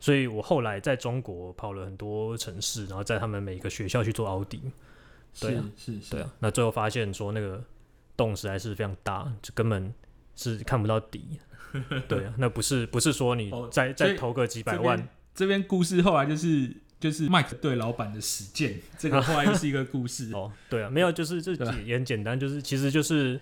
所以我后来在中国跑了很多城市，然后在他们每个学校去做奥迪。对啊是是是，对啊，那最后发现说那个洞实在是非常大，就根本是看不到 底。对啊，那不是不是说你哦再、所再以投个几百这万边，这边故事后来就是就是 Mike 对老板的实 践，这个后来又是一个故事。哦，对啊，没有，就是这对啊也也很简单，就是其实就是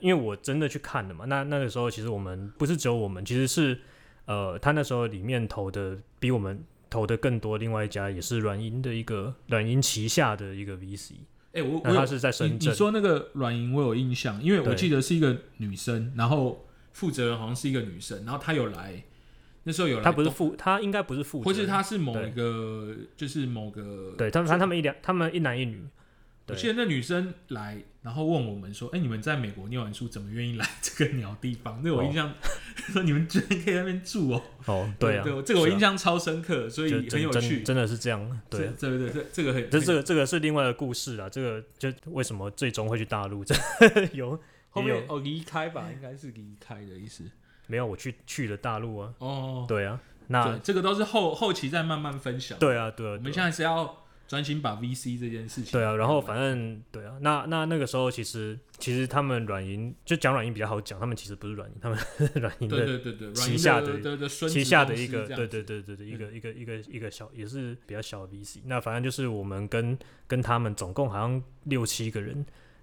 因为我真的去看了嘛，那那个时候其实我们不是只有我们，其实是呃，他那时候里面投的比我们投的更多，另外一家也是软银的一个软银旗下的一个 VC，哎、我我那有他是在你深你圳，说那个软银，我有印象，因为我对记得是一个女生，然后负责人好像是一个女生，然后她有来，那时候有来，他不是，负，他应该不是负责或人，是她是某对一个，就是某个，对他们，他他们一两，他们一男一女，我对记得那女生来，然后问我们说：“哎、你们在美国念完书，怎么愿意来这个鸟地方？”那我哦印象、 说你们居然可以在那边住哦，哦，对啊，对，这个我是啊印象超深刻，所就以很真有真趣。真的是这样，对啊。这，对对对，这个很这这个这个是另外的故事啊，这个就为什么最终会去大陆，这 有后也有面哦离开吧，应该是离开的意思没有，我去去了大陆啊。哦。对啊，那对，这个都是后后期再慢慢分享。对啊，对啊，我对啊们现在是要专心把 VC 这件事情。对啊，然后反正对啊，那那那个时候其实其实他们软银就讲软银比较好讲，他们其实不是软银，他们 软银对的对对对，旗下的的的的孙子旗下的公司一个，这样对子嗯对对对对，一个一个一个一个小也是比较小的 VC。那反正就是我们跟跟他们总共好像六七个人，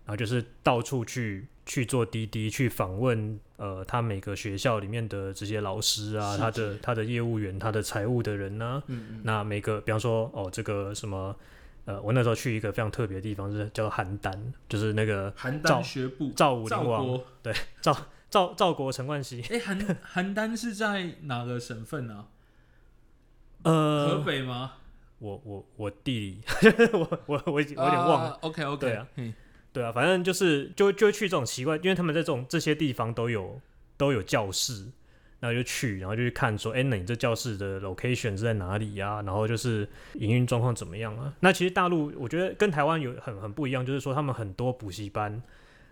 然后就是到处去去做滴滴，去访问呃他每个学校里面的这些老师啊，是他的他的业务员、他的财务的人呐、嗯嗯那每个，比方说，哦，这个什么，呃，我那时候去一个非常特别的地方，就是叫邯郸，就是那个邯赵郸学部赵武赵灵王，国。赵赵国陈冠希，哎，邯邯郸是在哪个省份啊？河呃，北吗？我我我地理， 我我我已经我有点忘了，啊。OK 对 OK，啊对啊，反正就是就就去这种奇怪，因为他们在这种这些地方都有都有教室，然后就去，然后就去看说，哎、那你这教室的 location 是在哪里呀、然后就是营运状况怎么样啊？那其实大陆我觉得跟台湾有很很不一样，就是说他们很多补习班，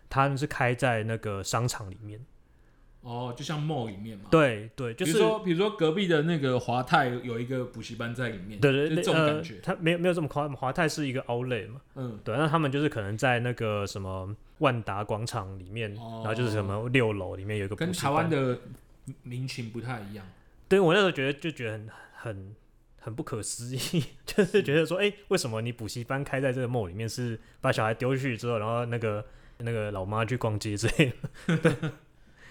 他们是开在那个商场里面，哦，就像 mall 里面嘛。对对，就比是如说，比如说隔壁的那个华泰有一个补习班在里面，对对就对这种呃感觉，。他没有没有这么夸张，华泰是一个 outlet 嘛。嗯，对，那他们就是可能在那个什么万达广场里面，然后就是什么六楼里面有一个哦跟补习台班湾的民情不太一样。对我那时候觉得就觉得很很很不可思议， 就是觉得说，哎、为什么你补习班开在这个 mall 里面是把小孩丢去之后，然后那个那个老妈去逛街之类的？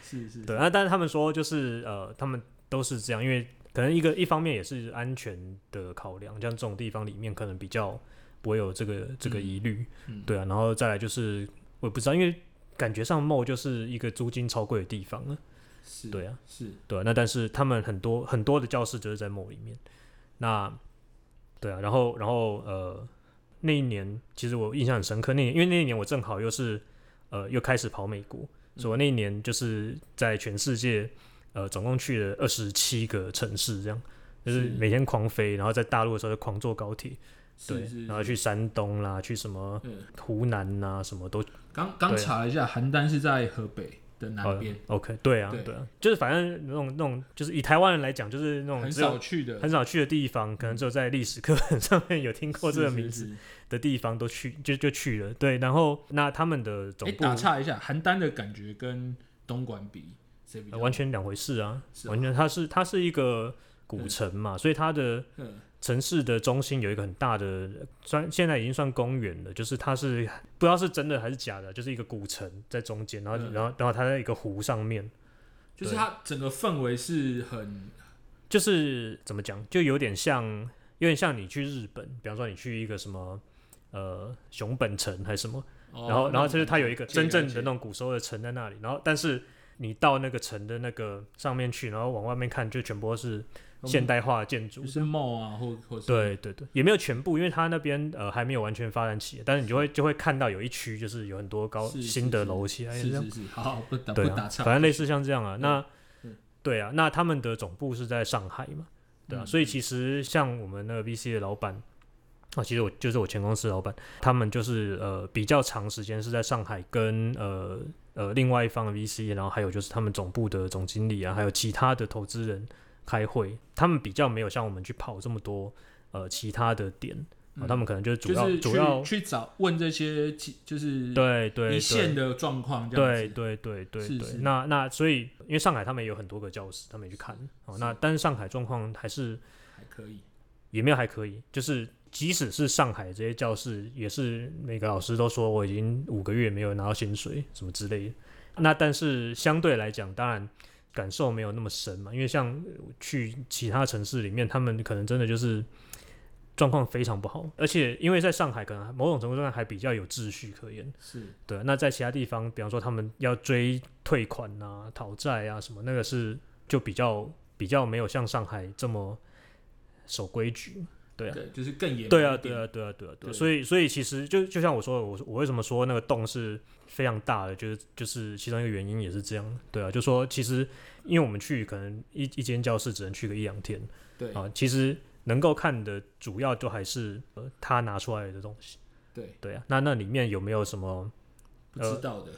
是是，对，啊，但是他们说就是呃，他们都是这样，因为可能一个一方面也是安全的考量，像这种地方里面可能比较不会有这个这个疑虑，嗯对啊，然后再来就是我也不知道，因为感觉上 mall 就是一个租金超贵的地方了，是，对啊。是，对、啊，那但是他们很多很多的教室就是在 mall 里面。那对啊，然后然后呃，那一年其实我印象很深刻，那年因为那一年我正好又是呃又开始跑美国，所以我那一年就是在全世界呃总共去了二十七个城市，这样就是是每天狂飞，然后在大陆的时候就狂坐高铁，对是，是然后去山东啦，去什么嗯，湖南呐、什么都刚刚对啊查了一下，邯郸是在河北的南边，呃 OK，对啊，对对啊，就是反正那种那种就是以台湾人来讲，就是那种很只有少去的，很少去的地方，可能只有在历史课本上面有听过这个名字字。的地方都去，就就去了。对，然后那他们的总哎，部、打岔一下，邯郸的感觉跟东莞比，谁比呃较完？全两回事啊，是啊完全它是它是一个古城嘛，所以它的嗯，城市的中心有一个很大的，算现在已经算公园了，就是它是不知道是真的还是假的，就是一个古城在中间，然后、嗯然后然后它在一个湖上面，就是对它整个氛围是很就是怎么讲，就有点像，有点像你去日本，比方说你去一个什么呃熊本城还是什么，哦然后然后就是它有一个真正了的解那种古时候的城在那里，然后但是你到那个城的那个上面去，然后往外面看，就全部都是现代化的建筑嗯就。是梦啊，或或是，对对对，也没有全部，因为它那边呃还没有完全发展起来，但是你就会就会看到有一区就是有很多高是是新的是楼起来，是这样是是，好，不打对不啊打，岔，反正类似像这样啊。那嗯对啊，那他们的总部是在上海嘛，对啊，嗯所以其实像我们那个 VC 的老板啊，其实我就是我前公司的老板，他们就是呃比较长时间是在上海跟呃呃另外一方的 VC，然后还有就是他们总部的总经理啊，还有其他的投资人开会，他们比较没有像我们去跑这么多呃其他的点，啊嗯他们可能就是主就要、是主要去去找问这些其，就是对对一线对的状况这样对子。对对对是对是，那那所以因为上海他们也有很多个教室，他们也去看哦。那但是上海状况还是还可以。也没有还可以，就是即使是上海这些教室，也是每个老师都说我已经五个月没有拿到薪水什么之类的。那但是相对来讲，当然感受没有那么深嘛，因为像呃去其他城市里面，他们可能真的就是状况非常不好，而且因为在上海可能某种程度上还比较有秩序可言，是对，那在其他地方，比方说他们要追退款啊、讨债啊什么，那个是就比较比较没有像上海这么守规矩。对啊对，就是更严。对啊，对，啊，对啊，对啊，对啊。对所以，所以其实就就像我说的，我我为什么说那个洞是非常大的，就是就是其中一个原因也是这样。对啊，就说其实因为我们去可能一一间教室只能去个一两天对啊，其实能够看的主要就还是、呃、他拿出来的东西。对，对啊，那那里面有没有什么？不呃知道的。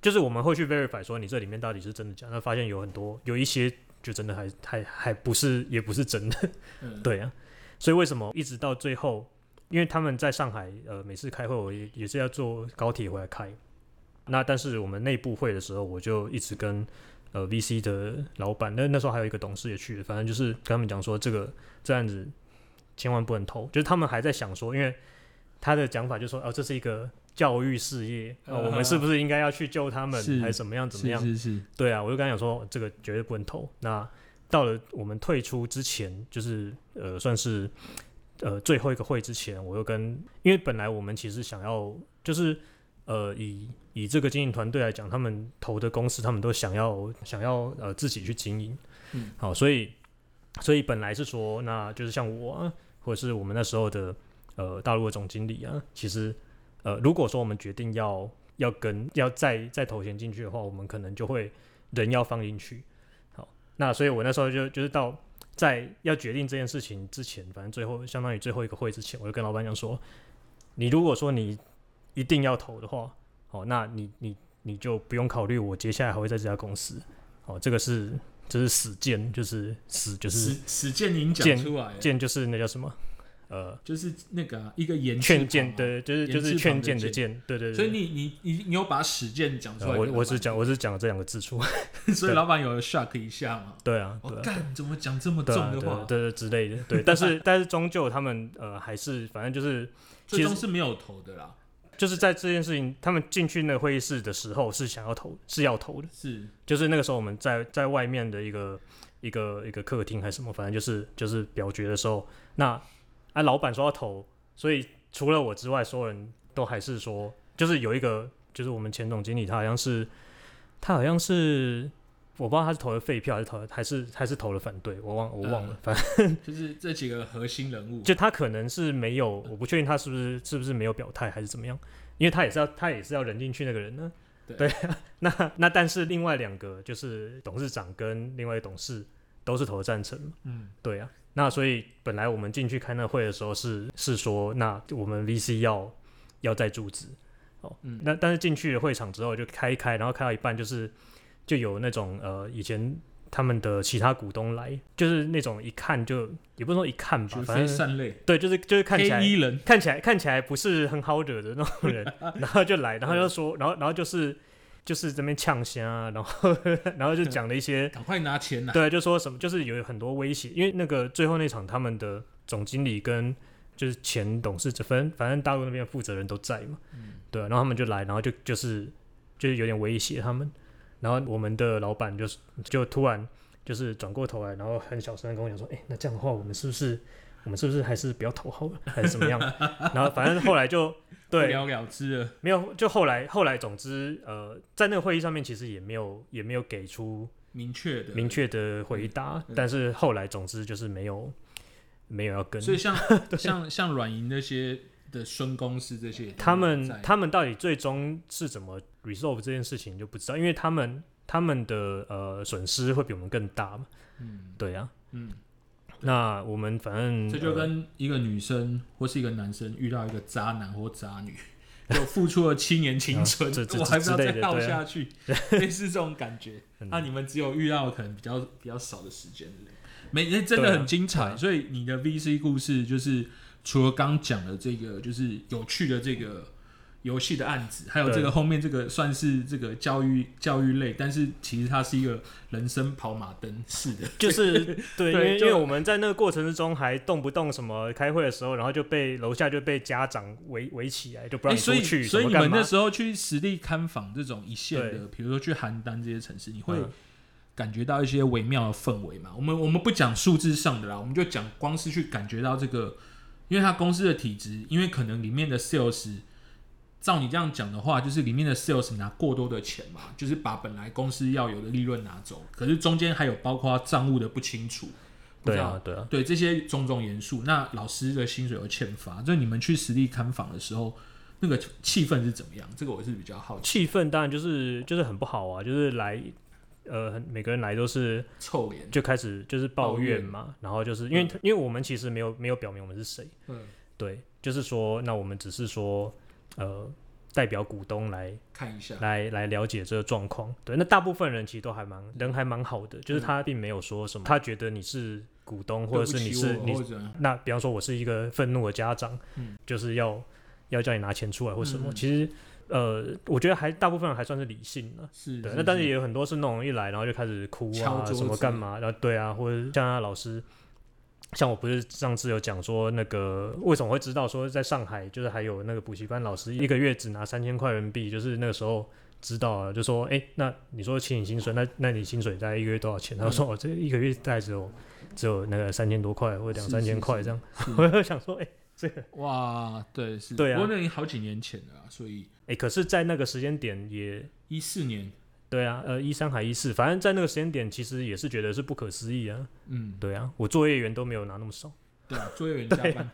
就是我们会去 verify 说你这里面到底是真的假的，那发现有很多有一些就真的还还还不是也不是真的，嗯，对啊，所以为什么一直到最后，因为他们在上海呃每次开会我也也是要坐高铁回来开，那但是我们内部会的时候我就一直跟呃 VC 的老板，那那时候还有一个董事也去了，反正就是跟他们讲说这个这案子千万不能投，就是他们还在想说，因为他的讲法就说哦这是一个。教育事业，呃，我们是不是应该要去救他们，是还是怎么样？怎么样？是是是，对啊，我就跟他讲说，这个绝对不能投。那到了我们退出之前，就是呃，算是呃最后一个会之前，我又跟，因为本来我们其实想要，就是呃以以这个经营团队来讲，他们投的公司，他们都想要想要呃自己去经营，嗯，好，所以所以本来是说，那就是像我、啊，或者是我们那时候的呃大陆的总经理啊，其实呃如果说我们决定要要跟要再再投钱进去的话，我们可能就会人要放进去。好，那所以我那时候就就是到在要决定这件事情之前，反正最后相当于最后一个会之前，我就跟老板讲说，你如果说你一定要投的话，哦，那你你你就不用考虑我接下来还会在这家公司。哦，这个是这是死谏，就是死就是史史建宁讲见出来，谏，就是那叫什么？呃，就是那个啊一个言劝谏，对。对，就是言就字是劝旁的谏的谏谏，对对对。所以对你你你你有把史建讲出呃来，我跟我老只板讲我只讲了这两个字出。讲， 所以老板有 shock 一下嘛。对啊，我对啊。哦干，怎么讲这么重对啊，的对啊话？对对之类的，对，但是但是终究他们呃还是反正就是啊最其终实是没有投的啦，就是在这件事情，他们进去那个会议室的时候是想要投是要投的，是就是那个时候我们在在外面的一个一个一个客厅还是什么，反正就是就是表决的时候，那啊老板说要投，所以除了我之外，所有人都还是说，就是有一个就是我们前总经理他好像是他好像是。我不知道他是投了废票还是投了还是还是投了反对，我忘我忘了，嗯反正就是这几个核心人物，就他可能是没有，嗯我不确定他是不是是不是没有表态还是怎么样，因为他也是要他也是要忍进去那个人呢。对啊 那那但是另外两个就是董事长跟另外一个董事都是投赞成嘛，嗯，对啊。那所以本来我们进去开那会的时候是是说，那我们 VC 要要再注资哦，嗯那但是进去了会场之后就开一开，然后开到一半就是就有那种呃以前他们的其他股东来，就是那种一看就也不是说一看吧绝，反非正善类，对，就是就是看黑起来衣人，看起来看起来不是很好惹的那种 人，然后就来，然后就说，然后然后就是就是这边呛虾啊，然后 然后就讲了一些，赶快拿钱呐！对，就说什么就是有很多威胁，因为那个最后那场他们的总经理跟就是前董事长，反正反正大陆那边负责人都在嘛，嗯对啊，然后他们就来，然后就就是就是有点威胁他们，然后我们的老板就是就突然就是转过头来，然后很小声的跟我讲说，哎、那这样的话，我们是不是我们是不是还是不要投好了，还是怎么样？ 然后反正后来就不对，了了之了，没有就后来后来，总之呃，在那个会议上面其实也没有也没有给出明确的，明。确的回答，嗯但是后来总之就是没有没有要跟，所以像像像软银那些的孙公司这些也都他们在，他们到底最终是怎么 resolve 这件事情就不知道，因为他们他们的呃损失会比我们更大嘛。嗯对啊，嗯，那我们反正这就呃跟一个女生或是一个男生遇到一个渣男或渣女， 就付出了七年青春啊这，这我还不要之类再的倒对啊 下去，类似这种感觉。嗯那你们只有遇到可能比较比较少的时间，没，那真对的啊很精彩。对啊所以你的 VC 故事就是除了刚讲的这个，就是有趣的这个游戏的案子，还有对这个后面这个算是这个教育教育类，但是其实它是一个人生跑马灯式的。 就是对，因对为因就为我们在那个过程之中还动不动什么开会的时候，然后就被楼下就被家长围围起来，就不让哎，你出所以去，所以什你么干们嘛那时候去实地看访这种一线对的，比如说去邯郸这些城市，你会嗯感觉到一些微妙的氛围嘛？我们我们不讲数字上的啦，我们就讲光是去感觉到这个，因为他公司的体制，因为可能里面的 sales，照你这样讲的话，就是里面的 sales 拿过多的钱嘛，就是把本来公司要有的利润拿走，可是中间还有包括账务的不清楚，不对知道啊对啊，对这些种种元素，那老师的薪水有欠发，就你们去实地看访的时候，那个气氛是怎么样？这个我是比较好奇。气氛当然就是就是很不好啊，就是来呃很每个人来都是臭脸，就开始就是抱抱怨怨嘛，然后就是因为、因为我们其实没有没有表明我们是谁，嗯，对，就是说那我们只是说呃代表股东来看一下，来来了解这个状况。对，那大部分人其实都还蛮人还蛮好的，就是他并没有说什么，他觉得你是股东，或者是你是嗯对不起我你或者那比方说我是一个愤怒的家长，嗯就是要要叫你拿钱出来或什么。嗯嗯其实呃，我觉得还大部分人还算是理性的。是，对，那但是也有很多是那种一来然后就开始哭敲啊，桌子什么干嘛，然后对啊，或者像他老师，像我不是上次有讲说那个为什么会知道说在上海就是还有那个补习班老师一个月只拿三千块人民币，就是那个时候知道啊，就说哎、诶那你说请你薪水，那那你薪水大概一个月多少钱？他 说我、哦、这一个月大概只有只有那个三千多块或者两是三是千块是这样，是 我就想说哎。诶这个哎、哇，对是，对啊不过那已经好几年前了啊，所以诶可是，在那个时间点也一四年，对啊，呃，一三还一四，反正在那个时间点，其实也是觉得是不可思议啊。嗯，对啊，我作业员都没有拿那么少。对啊，作业员加对啊班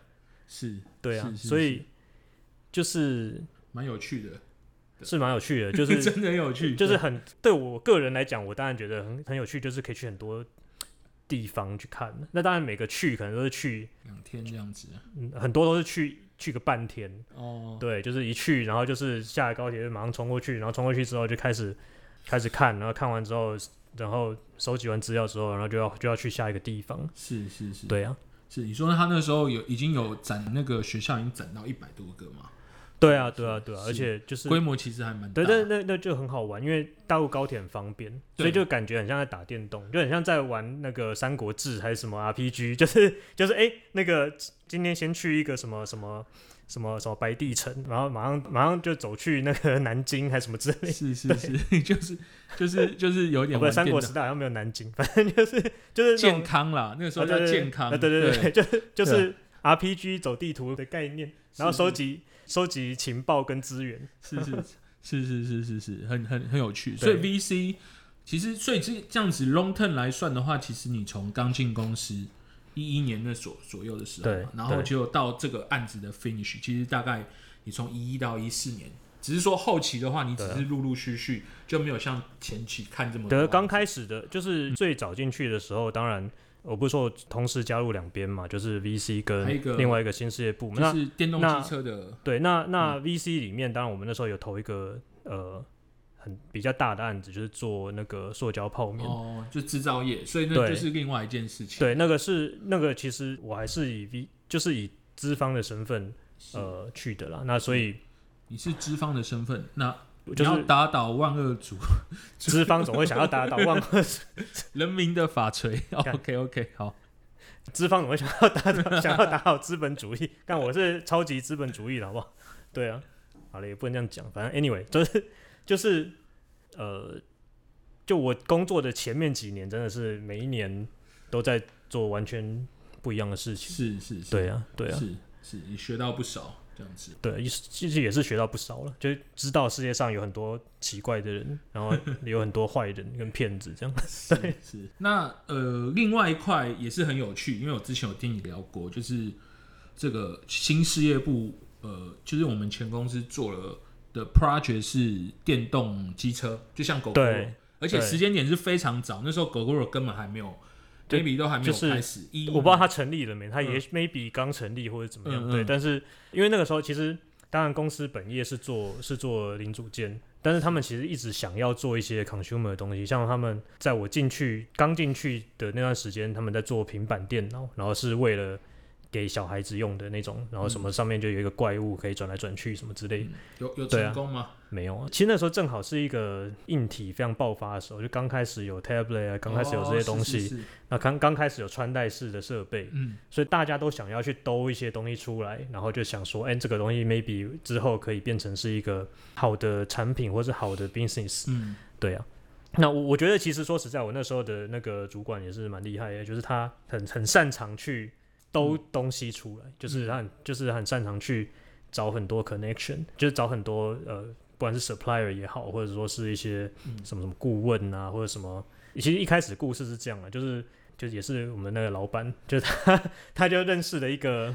是对啊，是是所是以就是蛮有趣的，是蛮有趣 的，就是真的很有趣，就是对很对我个人来讲，我当然觉得很很有趣，就是可以去很多地方去看。那当然每个去可能都是去，两天这样子嗯，很多都是去去个半天。哦，对，就是一去，然后就是下了高铁就马上冲过去，然后冲过去之后就开始开始看，然后看完之后，然后收集完资料之后，然后就要就要去下一个地方。是是是，对啊，是你说他那时候有已经有展那个学校已经展到一百多个嘛，对啊，对啊，对啊，是而且就是规模其实还蛮对，大的，那那那就很好玩，因为大陆高铁很方便，所以对就感觉很像在打电动，就很像在玩那个《三国志》还是什么 RPG，就是 就是哎、诶那个今天先去一个什么什么什么什么白帝城，然后马上马上就走去那个南京还是什么之类的。是是是， 就是就是就是有哦点不玩是，三电国脑时代好像没有南京， 反正就是就是那健种康啦，那个时候啊对叫对对健康，啊对对对，对，就是就是。RPG 走地图的概念，然后是收集收集情报跟资源，是是是是是是是，很很很有趣。所以 VC 其实所以这这样子 long term 来算的话，其实你从刚进公司一一年的左左右的时候对嘛，然后对就到这个案子的 finish，其实大概你从一一到一四年。只是说后期的话，你只对啊是陆陆续续就没有像前期看这么多啊案对，子。刚开始的，就是最早进去的时候，当然我不是说我同时加入两边嘛，就是 VC 跟还有一个另外一个新事业部嘛。就那是嗯电动那机车的对，那那 VC 里面，当然我们那时候有投一个呃很比较大的案子，就是做那个塑胶泡面。哦，就制造业，所以那对就是另外一件事情。对，那个是那个，其实我还是以 V 就是以资方的身份是呃去的啦。那所以你是资方的身份，那就你要是打倒万恶主，资方总会想要打倒万恶， 人民的法锤。干 OK OK，好，资方总会想要打倒想要打倒资本主义， 但我是超级资本主义的，好不好？对啊，好了，也不能这样讲，反正 anyway，就是就是呃，就我工作的前面几年，真的是每一年都在做完全不一样的事情。是是是，对啊，对啊，是是，你学到不少这样子。对，其实也是学到不少了，就知道世界上有很多奇怪的人，然后有很多坏人跟骗子这样。是是。那呃，另外一块也是很有趣，因为我之前有听你聊过，就是这个新事业部，呃，就是我们前公司做了的 project 是电动机车，就像狗狗，对而且对时间点是非常早，那时候狗狗根本还没有。对 baby 都还没有就是开始，一我不知道他成立了没，他也嗯 maybe 刚成立或者怎么样，嗯嗯对。但是因为那个时候其实，当然公司本业是做是做零组件，但是他们其实一直想要做一些 consumer 的东西，像他们在我进去刚进去的那段时间，他们在做平板电脑，然后是为了给小孩子用的那种，然后什嗯么上面就有一个怪物可以转来转去什么之类的有有对啊成功吗？没有啊，其实那时候正好是一个硬体非常爆发的时候，就刚开始有 tablet 啊，刚开始有这些哦东西，是是是那刚刚开始有穿戴式的设备，嗯，所以大家都想要去兜一些东西出来，然后就想说，哎、这个东西 maybe 之后可以变成是一个好的产品或是好的 business，嗯，对啊。那我我觉得其实说实在，我那时候的那个主管也是蛮厉害的，就是他很很擅长去兜嗯东西出来，就是他很就是很擅长去找很多 connection，就是找很多呃，不管是 supplier 也好，或者说是一些嗯什么什么顾问啊，或者什么。其实一开始故事是这样的，就是就是也是我们那个老板，就是他 他就认识了一个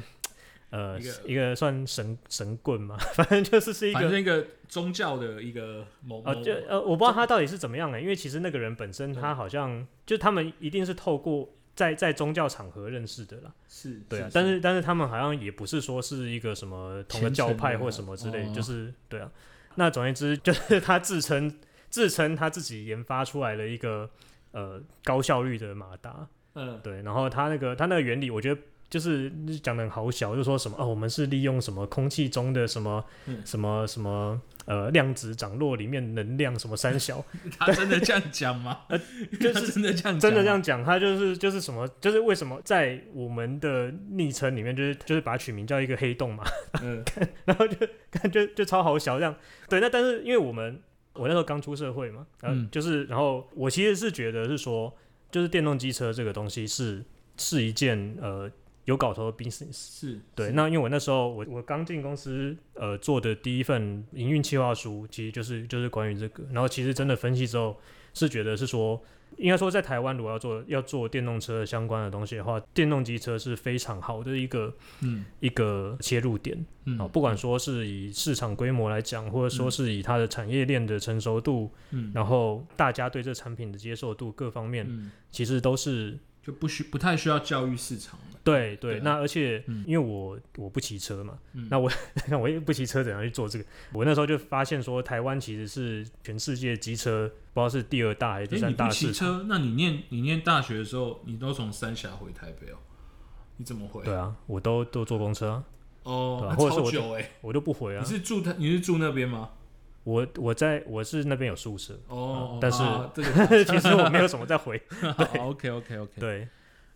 呃一个一个算神神棍嘛， 反正就是是一反个正一个宗教的一个某某啊，就呃，我不知道他到底是怎么样的、欸因为其实那个人本身他好像就他们一定是透过在在宗教场合认识的啦，是，对啊，但是但是他们好像也不是说是一个什么同个虔教诚派的或什么之类，哦就是对啊。那总而言之，就是他自称自称他自己研发出来了一个呃高效率的马达，嗯，对，然后他那个他那个原理，我觉得就是讲的很好小，就说什么哦，我们是利用什么空气中的什么、嗯什么什么呃量子涨落里面能量什么三 小，他真的这样讲 吗？呃就他是真的这样讲吗，啊真的这样讲，他就是就是什么，就是为什么在我们的昵称里面，就是就是把它取名叫一个黑洞嘛， 嗯，然后就感觉就超好笑这样。对，那但是因为我们我那时候刚出社会嘛，呃、嗯就是然后我其实是觉得是说，就是电动机车这个东西是是一件呃有搞头的 business。是，对，是那因为我那时候我我刚进公司，呃，做的第一份营运计划书，其实就是就是关于这个。然后其实真的分析之后，是觉得是说，应该说在台湾如果要做要做电动车相关的东西的话，电动机车是非常好的一个嗯一个切入点。嗯，啊，不管说是以市场规模来讲，或者说是以它的产业链的成熟度，嗯，然后大家对这产品的接受度各方面，嗯，其实都是就不需不太需要教育市场了，对对对。啊那而且、嗯因为我我不骑车嘛，嗯那我 那我也不骑车，怎样去做这个？我那时候就发现说，台湾其实是全世界机车不知道是第二大还是第诶三哎你不大市骑场。车，那你念你念大学的时候，你都从三峡回台北哦？你怎么回？对啊，我都都坐公车、啊，哦对，啊那或者是超我久哎，我都不回你啊。是住他你是住那边吗？我我在我是那边有宿 舍， 哦，但是啊 这其实我没有什么在 回。个 OK OK OK，对哦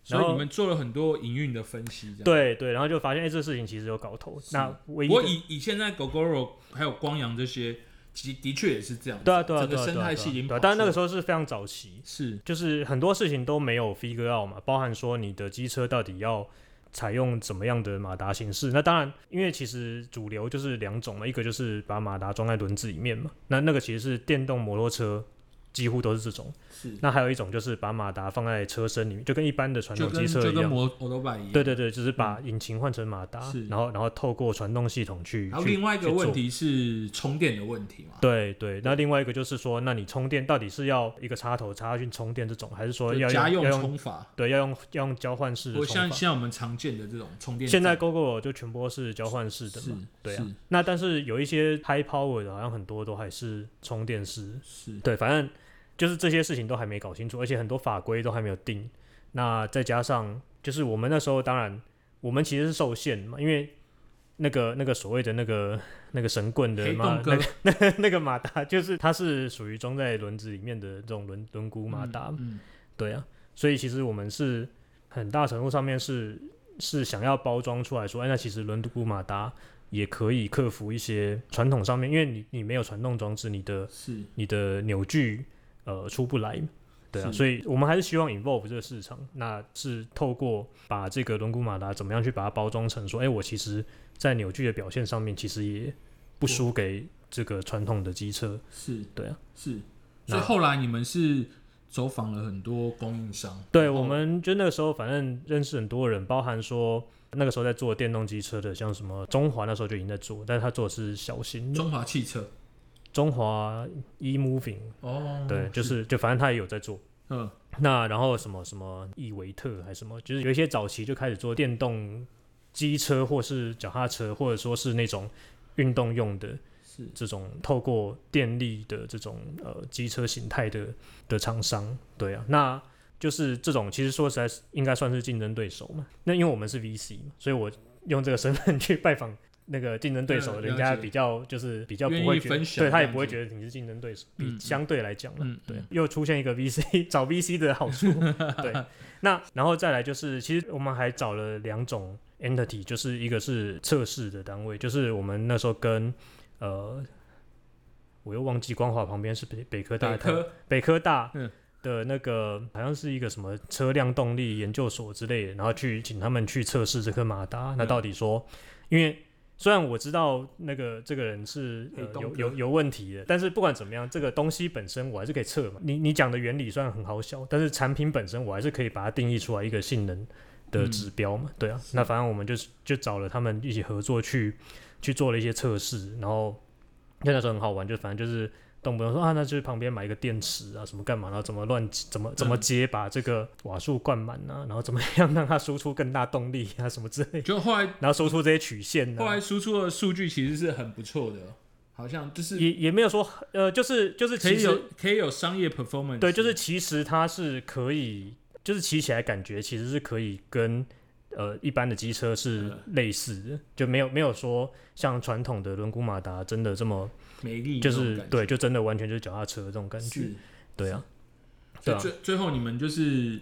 所然以后你们做了很多营运的分析，这样。对对，然后就发现哎、这事情其实有搞头。是那唯一不过的以以现在 GoGoRo 还有光阳这些，其实的确也是这样子。对啊，对啊，整对个啊，生对啊态对系已经啊对跑出啊来。但那个时候是非常早期，是就是很多事情都没有 figure out 嘛，包含说你的机车到底要采用怎么样的马达形式。那当然，因为其实主流就是两种嘛，一个就是把马达装在轮子里面嘛，那那个其实是电动摩托车。几乎都是这种，是，那还有一种就是把马达放在车身里面，就跟一般的传就统跟机车就一跟样。摩摩托板一样。嗯对对对，就是把引擎换成马达是，然后然后透过传动系统去。然后去另外一个去做问题是充电的问题嘛？对对，那另外一个就是说，那你充电到底是要一个插头插下去充电这种，还是说就要家用用要用充法，对要用要用交换式的或充像法？像我们常见的这种充电现在站 GoGo 就全部都是交换式的是嘛，对啊是。那但是有一些 high power 的，好像很多都还是充电式。是对，反正就是这些事情都还没搞清楚，而且很多法规都还没有定。那再加上就是我们那时候，当然我们其实是受限嘛，因为那个那个所谓的那个那个神棍的黑马洞哥那个那个那个马达， 就是它是属于装在轮子里面的这种轮轮毂马达，嗯，对啊，所以其实我们是很大程度上面是是想要包装出来说，哎，那其实轮毂马达也可以克服一些传统上面，因为你你没有传动装置，你的嗯是你的扭矩呃出不来，对啊，是所以我们还是希望 involve 这个市场，那是透过把这个轮毂马达怎么样去把它包装成说，哎、我其实在扭矩的表现上面其实也不输给这个传统的机车，是，对啊，是。那所以后来你们是走访了很多供应商，对，然后我们就那个时候反正认识很多人，包含说那个时候在做电动机车的，像什么中华那时候就已经在做，但是他做的是小型的，中华汽车中华 e moving，哦，对，就是就反正他也有在做。嗯那然后什么什么易维特还是什么，就是有一些早期就开始做电动机车或是脚踏车，或者说是那种运动用的是这种透过电力的这种呃机车形态的呃的厂商，对啊，那就是这种其实说实在是应该算是竞争对手嘛。那因为我们是 VC 嘛，所以我用这个身份去拜访那个竞争对手，嗯人家了解比较就是比较愿不意会觉得分，享对他也这样不会子觉得你是竞争对手，嗯比嗯相对来讲嘛，嗯对嗯，又出现一个 VC 找 VC 的好 处，对。那然后再来就是，其实我们还找了两种 entity，就是一个是测试的单位，就是我们那时候跟呃，我又忘记光华旁边是北北科大北的台科北科大嗯的那个好像是一个什么车辆动力研究所之类的，然后去请他们去测试这颗马达，那嗯到底说，因为虽然我知道那个这个人是、黑呃、洞有哥有有问题的，但是不管怎么样，这个东西本身我还是可以测嘛。你你讲的原理虽然很好笑，但是产品本身我还是可以把它定义出来一个性能的嗯指标嘛，对啊。那反正我们就就找了他们一起合作去去做了一些测试，然后因为那时候很好玩，就反正就是动不动说啊，那就是旁边买一个电池啊，什么干嘛，然后怎么乱怎嗯么怎么接，把这个瓦数灌满啊，然后怎么样让它输出更大动力啊，什么之 类，就后来然后输出这些曲线后啊，来输出的数据其实是很不错的，好像就是也也没有说呃，就是就是可其以实有可以有商业 performance，对，就是其实它是可以，就是骑起来感觉其实是可以跟。呃，一般的机车嗯是类似的，就没有没有说像传统的轮毂马达真的这么，美丽那就种是感觉，对，就真的完全就是脚踏车这种感觉是，。对啊，对所以啊，最最后你们就是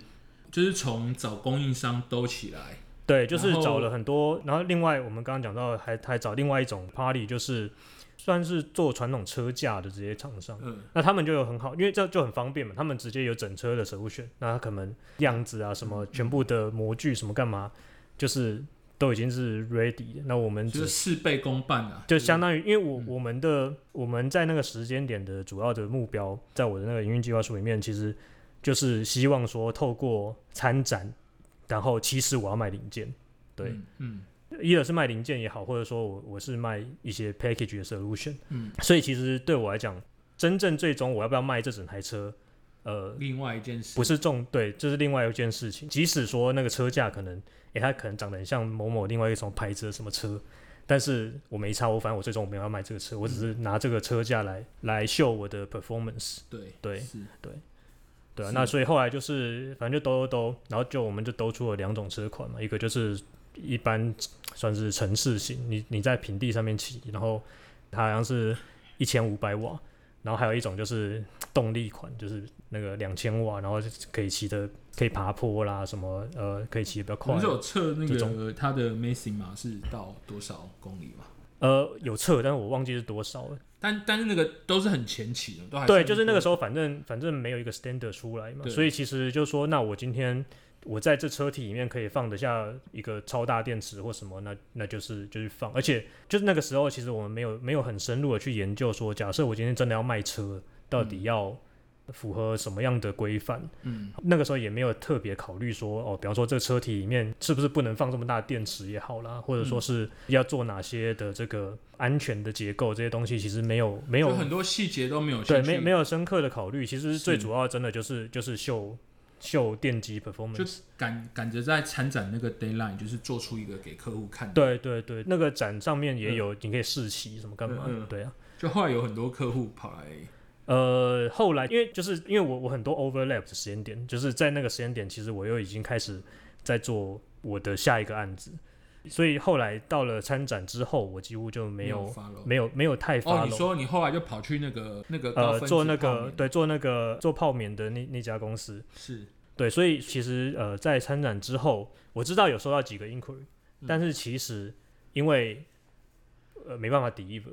就是从找供应商兜起来，对，就是然后找了很多，然后另外我们刚刚讲到还还找另外一种 party，就是算是做传统车架的这些厂商，嗯，那他们就有很好，因为这就很方便嘛，他们直接有整车的 solution，那他可能样子啊什嗯么全部的模具什么干嘛，就是都已经是 ready 的，那我们只就是事倍功半啊，就是相当于，因为我嗯我们的我们在那个时间点的主要的目标，在我的那个营运计划书里面，其实就是希望说透过参展，然后其实我要卖零件，对，嗯嗯一个是卖零件也好，或者说我我是卖一些 package 的 solution，嗯，所以其实对我来讲，真正最终我要不要卖这整台车，呃，另外一件事不是重对，这是另外一件事情。即使说那个车架可能，诶、它可能长得很像某某另外一种牌子的什么车，但是我没差，我反正我最终我没有要卖这个车，我只是拿这个车架来来秀我的 performance，对对是对啊。是那所以后来就是反正就兜兜兜，然后就我们就兜出了两种车款嘛，一个就是一般算是城市型，你你在平地上面骑，然后它好像是一千五百瓦。然后还有一种就是动力款，就是那个两千瓦，然后就是可以骑的可以爬坡啦，什么呃可以骑的比较我快们是。有测那这个它的 Massing 嘛，是到多少公里嘛？呃，有测，但是我忘记是多少了。但但是那个都是很前期的，都还对，就是那个时候候，反正反正没有一个 standard 出来嘛，对所以其实就说，那我今天我在这车体里面可以放得下一个超大电池或什么，那那就是就是放。而且就是那个时候，其实我们没有没有很深入的去研究说，假设我今天真的要卖车，到底要符合什么样的规范？嗯那个时候也没有特别考虑说，哦，比方说这个车体里面是不是不能放这么大的电池也好啦，或者嗯说是要做哪些的这个安全的结构这些东西，其实没有没有就很多细节都没有对没没有有深刻的考虑。其实是最主要真的就是就是秀秀电机 performance，就赶赶着在参展那个 d a y l i n e 就是做出一个给客户看的。，对对对，那个展上面也有，你可以试骑什么干嘛？嗯嗯嗯对啊，就后来有很多客户跑来，呃，后来因为就是因为我我很多 overlap 的时间点，就是在那个时间点，其实我又已经开始在做我的下一个案子，所以后来到了参展之后，我几乎就没有有 follow。没有没有太哦，发你了。说你后来就跑去那个那个高呃，分子做那泡个面对，做那个做泡棉的那那家公司，是对，所以其实呃，在参展之后，我知道有收到几个 inquiry，、嗯但是其实因为呃没办法 deliver，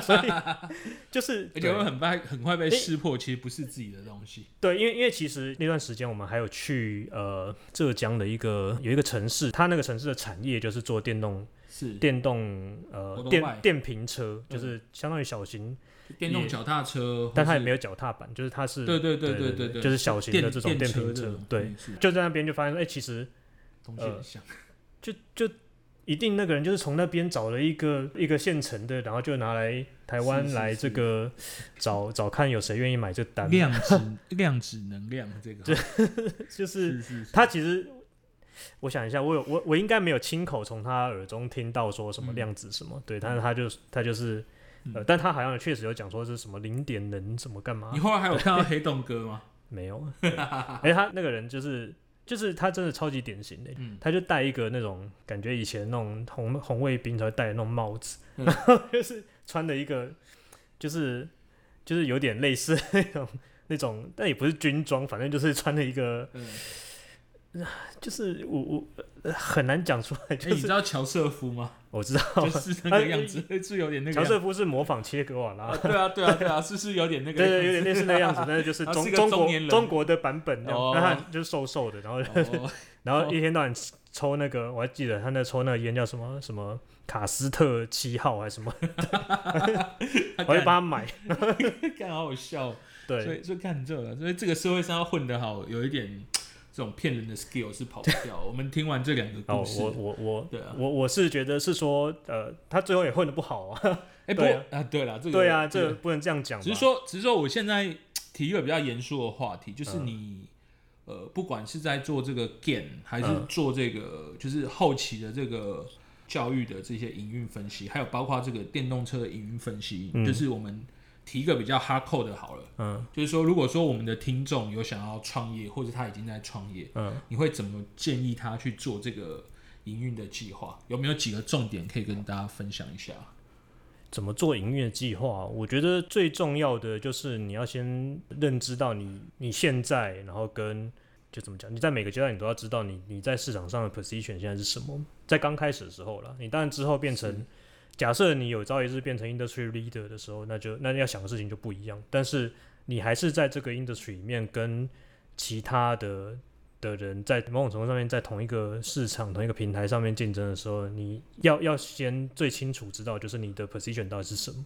所以就是 而且对会很快很快被诶识破，其实不是自己的东西。对，因为因为其实那段时间我们还有去呃浙江的一个有一个城市，它那个城市的产业就是做电动是电动呃我懂电买电瓶车，就是相当于小型，电动也脚踏车，但它嗯或也是没有脚踏板，就是它是对对对对对就是小型的电这种电车瓶这车种，对，呃嗯，是就在那边就发现哎、其实东西很像，就就一定那个人就是从那边找了一个一个现成的，然后就拿来台是湾是来是这个找找看有谁愿意买这单，量子 量子能量这个，就是是是是他其实，我想一下，我有我我应该没有亲口从他耳中听到说什么嗯量子什么，对，但是他就他就是呃，但他好像确实有讲说是什么零点能什么干嘛你，后来还有看到黑洞哥吗？没 有。对哎，他那个人就是就是他真的超级典型的、嗯他就戴一个那种感觉以前那种红红卫兵才会戴的那种帽子，嗯然后 就是穿的一个就是就是有点类似那种 那种，但也不是军装，反正 就是穿了一个嗯，就是我我呃很难讲出来，哎，就你知是、道乔瑟夫吗？ 我知道就是那个样子， 是有点那个哎乔样子。瑟夫是模仿切格瓦拉啊，。对啊，对啊，对啊，是是有点那个对对，有样点类似那样 子，但是就是他中是个中中年国人中国的版本这样，哦那他就是瘦瘦的，然后子哦然后一天到晚抽那个，我还记得他那抽那个烟叫什么什么卡斯特七号还是什么， 他我会帮干他 买。干好好笑哦。所对，以所以看这个，所以这个社会上要混得好，有一点这种骗人的 skill 是跑不掉。我们听完这两个然后故事，哦我我我对啊我我是觉得是说，呃，他最后也混的不好啊。哎，不对啊过啊， 对了，这个对啊，这这个不能这样讲吧。只是说，只是说，我现在提一个比较严肃的话题，就是嗯你、呃，不管是在做这个 game，还是嗯做这个、就是后期的这个教育的这些营运分析，还有包括这个电动车的营运分析，嗯就是我们提一个比较 hardcore 的好了，嗯就是说，如果说我们的听众有想要创业，或者他已经在创业，嗯，你会怎么建议他去做这个营运的计划？有没有几个重点可以跟大家分享一下？怎么做营运的计划？我觉得最重要的就是你要先认知到你你现在，然后跟就怎么讲，你在每个阶段你都要知道你你在市场上的 position 现在是什么，在刚开始的时候啦，你当然之后变成假设你有朝一日变成 industry leader 的时候，那就那要想的事情就不一样，但是你还是在这个 industry 里面跟其他的。的人在某种程度上面，在同一个市场、同一个平台上面竞争的时候，你要要先最清楚知道，就是你的 position 到底是什么。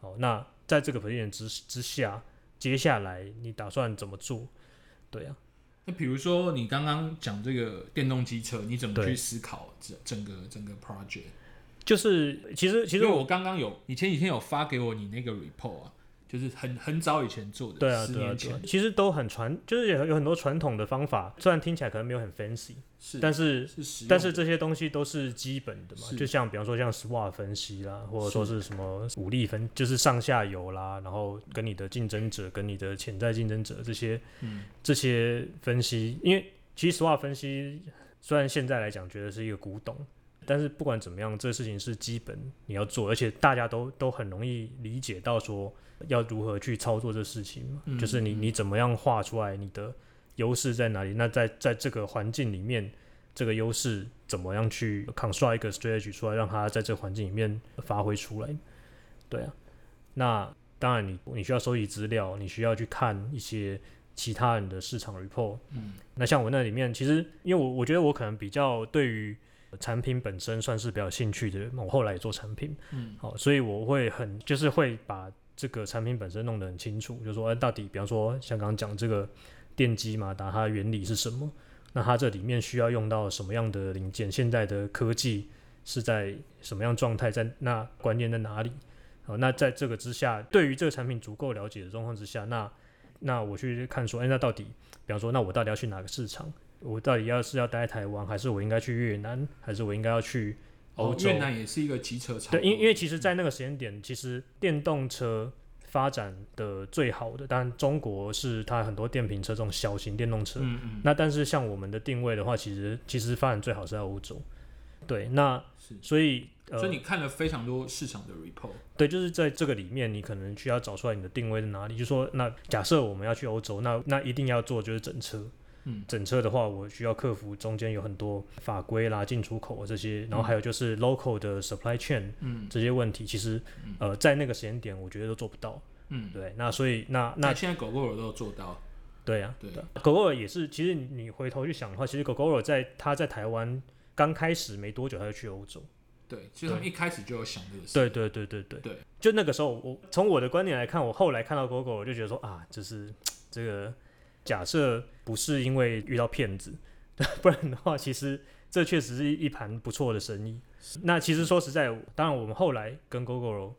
好，那在这个 position 之之下，接下来你打算怎么做？对啊，那比如说你刚刚讲这个电动机车，你怎么对去思考整整个整个 project？就是其实其因实为我我刚刚有，你前几天有发给我你那个 report 啊，就是很很早以前做的，对啊十对啊对年前啊，其实都很传，就是有有很多传统的方法，虽然听起来可能没有很 fancy，是，但是是实用但是这些东西都是基本的嘛是，就像比方说像 SWOT 分析啦，或者说是什么武力分，就是上下游啦，然后跟你的竞争者、跟你的潜在竞争者这些嗯这些分析，因为其实 SWOT 分析虽然现在来讲觉得是一个古董，但是不管怎么样，这事情是基本你要做，而且大家都都很容易理解到说要如何去操作这事情嘛，嗯就是你你怎么样画出来你的优势在哪里，那在在这个环境里面。这个优势怎么样去 construct 一个 strategy 出来，让它在这个环境里面发挥出来？对啊，那当然你你需要收集资料，你需要去看一些其他人的市场 report。嗯那像我那里面，其实因为我我觉得我可能比较对于产品本身算是比较有兴趣的人嘛，我后来也做产品，嗯好，所以我会很就是会把这个产品本身弄得很清楚，就是说、哎到底，比方说像刚刚讲这个电机马达，它的原理是什么？那它这里面需要用到什么样的零件？现在的科技是在什么样状态？在那关键在哪里？好，那在这个之下，对于这个产品足够了解的状况之下，那那我去看说，哎，那到底，比方说，那我到底要去哪个市场？我到底要是要待在台湾，还是我应该去越南，还是我应该要去欧哦，洲？越南也是一个机车厂，对，因因为嗯其实，在那个时间点，其实电动车发展的最好的，当然中国是它很多电瓶车这种小型电动车。嗯嗯那但是像我们的定位的话，其实其实发展最好是在欧洲。对，那是，所以呃，所以你看了非常多市场的 report，对，就是在这个里面，你可能需要找出来你的定位在哪里。就说那假设我们要去欧洲，那那一定要做就是整车。嗯整车的话，我需要克服中间有很多法规啦、进出口啊这些，然后还有就是 local 的 supply chain，嗯这些问题，其实呃，在那个时间点，我觉得都做不到。嗯，对，那所以那那那现在狗狗我都有做到，对啊，对狗狗也是，其实你回头去想的话，其实狗狗在它在台湾刚开始没多久，它就去欧洲。对，其实他们一开始就有想这个事，对对对对对对，就那个时候，我从我的观点来看，我后来看到狗狗，我就觉得说啊，就是这个假设不是因为遇到骗子， 不然的话，其实这确实是一盘不错的生意。那其实说实在，当然我们后来跟 GoGo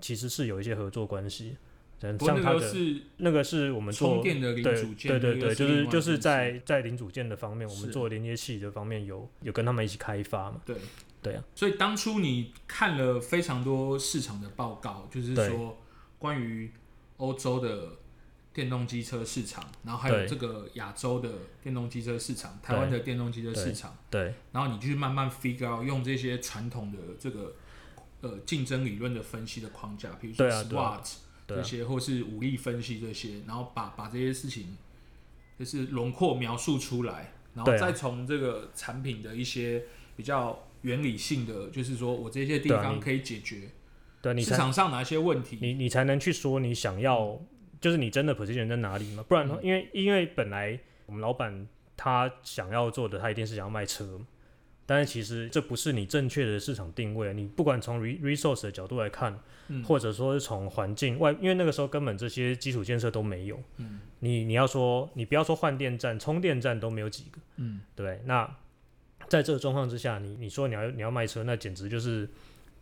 其实是有一些合作关系，像不过那它个的是那个是我们充做电的零对组件，对对那对，个就是是另外就一件是事在在零组件的方面，我是们做连接器的方面有有跟他们一起开发嘛。对对啊，所以当初你看了非常多市场的报告，就是对说关于欧洲的电动机车市场，然后还有对这个亚洲的电动机车市场，台湾的电动机车市场，对然后你去慢慢 figure out 用这些传统的这个呃竞争理论的分析的框架，比如说对啊 SWOT、对啊对这啊，些，或是武力分析这些，然后把把这些事情就是轮廓描述出来，然后对啊再从这个产品的一些比较原理性的，就是说我这些地对啊方你可以解决、对啊你市才场上哪些问题。你你才能去说你想要，就是你真的 position 在哪里嘛？不然嗯的话，因为因为本来我们老板他想要做的，他一定是想要卖车嘛，但是其实这不是你正确的市场定位啊。你不管从 re resource 的角度来看，嗯或者说是从环境外，因为那个时候根本这些基础建设都没有。嗯，你你要说你不要说换电站、充电站都没有几个，嗯，对不对？那在这个状况之下，你你说你要你要卖车，那简直就是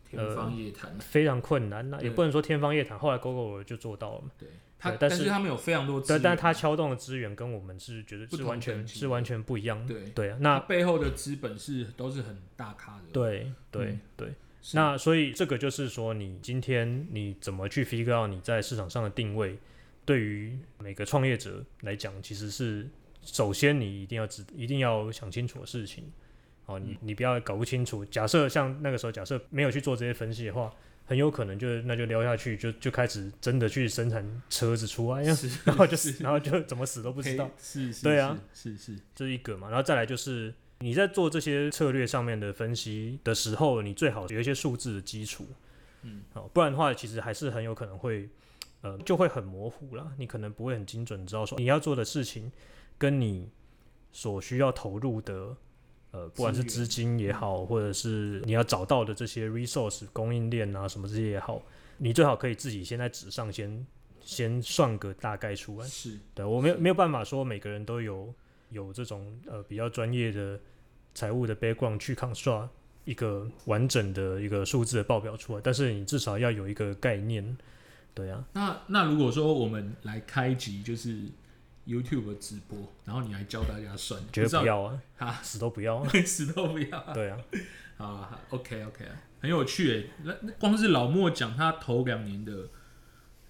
天方夜谭。非常困难。啊那也对不能说天方夜谭，后来 GoGo 就做到了嘛。对，他对但但是他们有非常多资但源，但他敲动的资源跟我们是觉得不是同完等全级是完全不一样的。对对啊，他那背后的资本是都是很大咖的。对对嗯对，是，那所以这个就是说，你今天你怎么去 figure out 你在市场上的定位，对于每个创业者来讲，其实是首先你一定要知，一定要想清楚的事情。哦，嗯你你不要搞不清楚。假设像那个时候，假设没有去做这些分析的话，很有可能就那就撩下去，就就开始真的去生产车子出来，啊是然后就是然后就怎么死都不知道。可以是是，对啊是，是是，这是一个嘛，然后再来就是你在做这些策略上面的分析的时候，你最好有一些数字的基础，嗯，好、不然的话其实还是很有可能会，呃，就会很模糊啦，你可能不会很精准知道说你要做的事情跟你所需要投入的。呃，不管是资源资金也好，或者是你要找到的这些 resource 供应链啊，什么这些也好，你最好可以自己先在纸上先先算个大概出来。是对我没有是没有办法说每个人都有有这种呃比较专业的财务的 background 去 construct 一个完整的一个数字的报表出来，但是你至少要有一个概念，对啊，那那如果说我们来开一集就是 YouTube 直播，然后你来教大家算，绝对不 知道要啊，啊，死都不要 啊，死都不要。对啊，好啊，OK OK，很有趣诶。那那光是老莫讲他头两年的，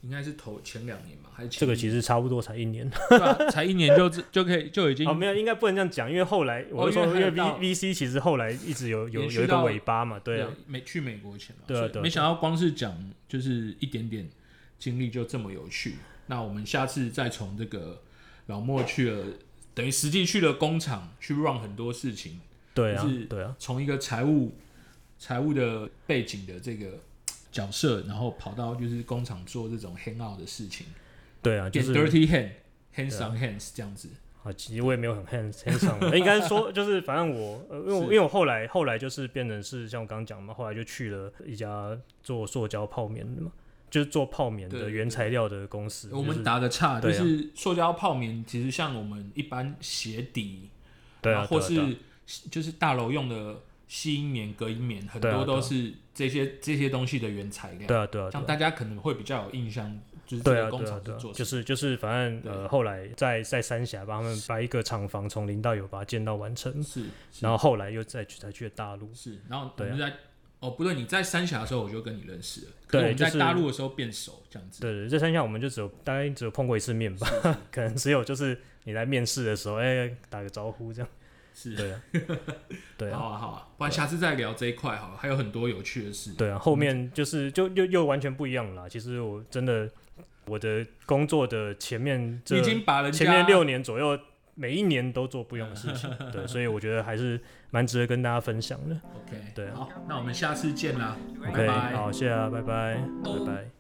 应该是头前两年吧，还是前这个其实、实差不多才一年对啊、才一年就就可以就已经哦，没有，应该不能这样讲，因为后来我哦就说，因为还因为有 V 到 V C 其实后来一直有有延续有一个到尾巴嘛，对啊，，美去美国前嘛，对啊所以对啊没想到光是讲就是一点点经历就这么有趣。那我们下次再从这个老莫去了，等于实际去了工厂去 run 很多事情，对啊就是，对啊，从一个财务财务的背景的这个角色，然后跑到就是工厂做这种 hand out 的事情，对啊，就变是 dirty hand hands on hands 这样子，啊，其实我也没有很 hands hands on，呃应该说就是反正我，呃，因为我是因为我后来后来就是变成是像我刚刚讲嘛，后来就去了一家做塑胶泡棉的嘛，就是做泡棉的对原材料的公司。我就是们打个岔，就对啊是塑胶泡棉，其实像我们一般鞋底，对然啊，后或对啊对啊是就是大楼用的吸音棉、隔音棉，很对啊多对啊都是这些这些东西的原材料。对啊对啊对像啊大家可能会比较有印象，就是这对啊个工对啊厂对是啊做，什就么。是就是反正对呃后来在在三峡帮他们把一个厂房从零到有把它建到完成，是，是然后后来又再去才去了大陆。是，然后我对啊们在、哦，不对，你在三峡的时候我就跟你认识了，对可是我们在就是大陆的时候变熟，这样子。对对，这三项我们就只有大概只有碰过一次面吧， 可能只有就是你来面试的时候，哎，打个招呼这样。是对 啊，对啊好。啊，好啊，不然下次再聊这一块好了，还有很多有趣的事。对啊，后嗯面就是就又又完全不一样了啦。其实我真的我的工作的前面这你已经把人家前面六年左右，每一年都做不一样的事 情，对，所以我觉得还是蛮值得跟大家分享的。 OK，对啊好，那我们下次见啦， OK，拜拜。哦好，谢谢啊，拜拜，拜拜。